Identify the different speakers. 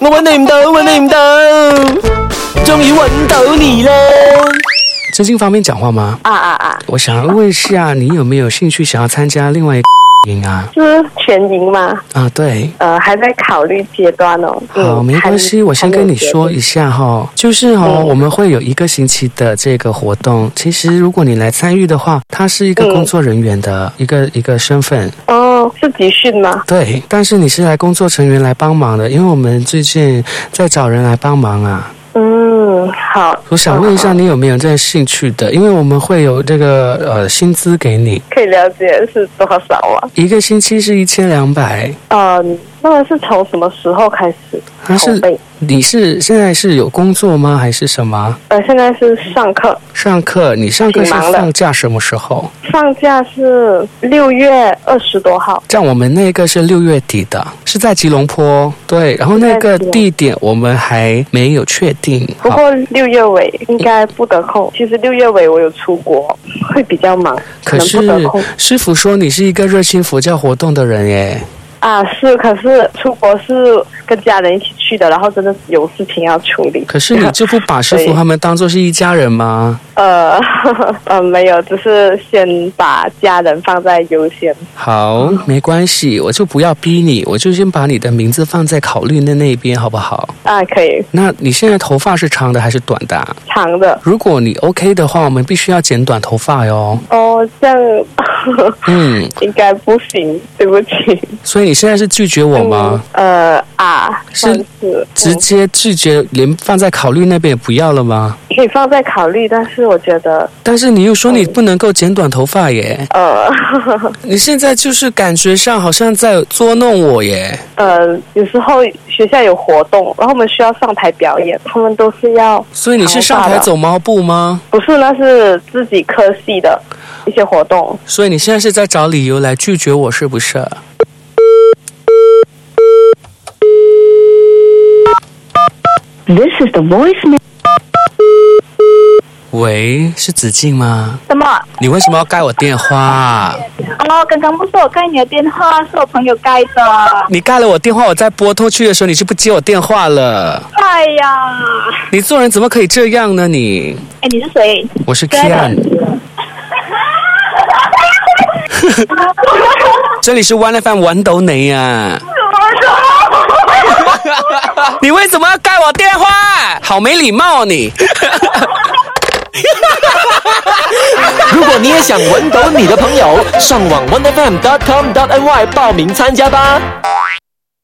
Speaker 1: 我揾你唔到，揾你唔到，终于揾到你啦！
Speaker 2: 真心方便讲话吗？
Speaker 3: 啊啊啊！
Speaker 2: 我想问一下，你有没有兴趣想要参加另外一个营啊？
Speaker 3: 是全赢吗？
Speaker 2: 啊，对。
Speaker 3: 呃，还在考虑阶段哦。
Speaker 2: 好，
Speaker 3: 嗯
Speaker 2: 没关系，我先跟你说。一下哈、就是哈、
Speaker 3: 嗯
Speaker 2: 我们会有一个星期的这个活动。其实如果你来参与的话，它是一个
Speaker 3: 嗯
Speaker 2: 工作人员的一个、一个身份，
Speaker 3: 还没有决定哦，是集训吗？
Speaker 2: 对。但是你是来工作成员来帮忙的，因为我们最近在找人来帮忙啊。
Speaker 3: 嗯，好。
Speaker 2: 我想问一下，
Speaker 3: 嗯，
Speaker 2: 你有没有这兴趣的？因为我们会有这个呃薪资给你，
Speaker 3: 可以了解是多少啊？
Speaker 2: 一个星期是一千两百。
Speaker 3: 嗯，那么是从什么时候开始
Speaker 2: 但
Speaker 3: 筹
Speaker 2: 是
Speaker 3: 备？
Speaker 2: 你是现在是有工作吗？还是什么？
Speaker 3: 呃，现在是上课，
Speaker 2: 上课？你上课是
Speaker 3: 挺忙的
Speaker 2: 放假什么时候？
Speaker 3: 放假是六月二十多号。
Speaker 2: 像我们那个是六月底的，是在吉隆坡。对，然后那个
Speaker 3: 是在吉隆
Speaker 2: 地点我们还没有确定。
Speaker 3: 不
Speaker 2: 好，
Speaker 3: 过六月尾应该不得空。其实六月尾我有出国，会比较忙，
Speaker 2: 可
Speaker 3: 能
Speaker 2: 是
Speaker 3: 不得空
Speaker 2: 师傅说你是一个热心佛教活动的人耶。
Speaker 3: 啊。是，可是出国是跟家人一起去的，然后真的有事情要处理。
Speaker 2: 可是你就不把师傅
Speaker 3: 对
Speaker 2: 他们当做是一家人吗？
Speaker 3: 呃呃，没有，只是先把家人放在优先。
Speaker 2: 好，
Speaker 3: 嗯
Speaker 2: 没关系，我就不要逼你，我就先把你的名字放在考虑的那边，好不好？
Speaker 3: 啊，可以
Speaker 2: 那你现在头发是长的还是短的啊？
Speaker 3: 长的
Speaker 2: 如果你 OK 的话，我们必须要剪短头发哟。
Speaker 3: 哦，这样
Speaker 2: 嗯，
Speaker 3: 应该不行，对不起。
Speaker 2: 所以你现在是拒绝我吗？
Speaker 3: 嗯？呃啊，算是
Speaker 2: 直
Speaker 3: 嗯
Speaker 2: 接拒绝，连放在考虑那边也不要了吗？
Speaker 3: 可以放在考虑，但是我觉得
Speaker 2: 但是你又说你不能够剪短头发耶，
Speaker 3: 呃
Speaker 2: 你现在就是感觉上好像在捉弄我耶。
Speaker 3: 呃，有时候学校有活动，然后我们需要上台表演，他们都是要
Speaker 2: 所以你是上台走猫步吗？
Speaker 3: 不是那是自己科系的一些活动。
Speaker 2: 所以你现在是在找理由来拒绝我是不是？
Speaker 4: This is the voicemail.
Speaker 2: 喂，是子静吗？
Speaker 5: 什么？
Speaker 2: 你为什么要盖我电话啊？
Speaker 5: 哦，刚刚不是我盖你的电话，是我朋友盖的。
Speaker 2: 你盖了我电话，我在拨通去的时候你就不接我电话了。
Speaker 5: 哎呀，
Speaker 2: 你做人怎么可以这样呢？你，
Speaker 5: 哎，你是谁？
Speaker 2: 我是 Kian，这里是 One FM 玩斗你啊！你为什么要盖我电话？好没礼貌、哦、你！
Speaker 1: 如果你也想揾到你的朋友，上网 onefm.com.ny 报名参加吧。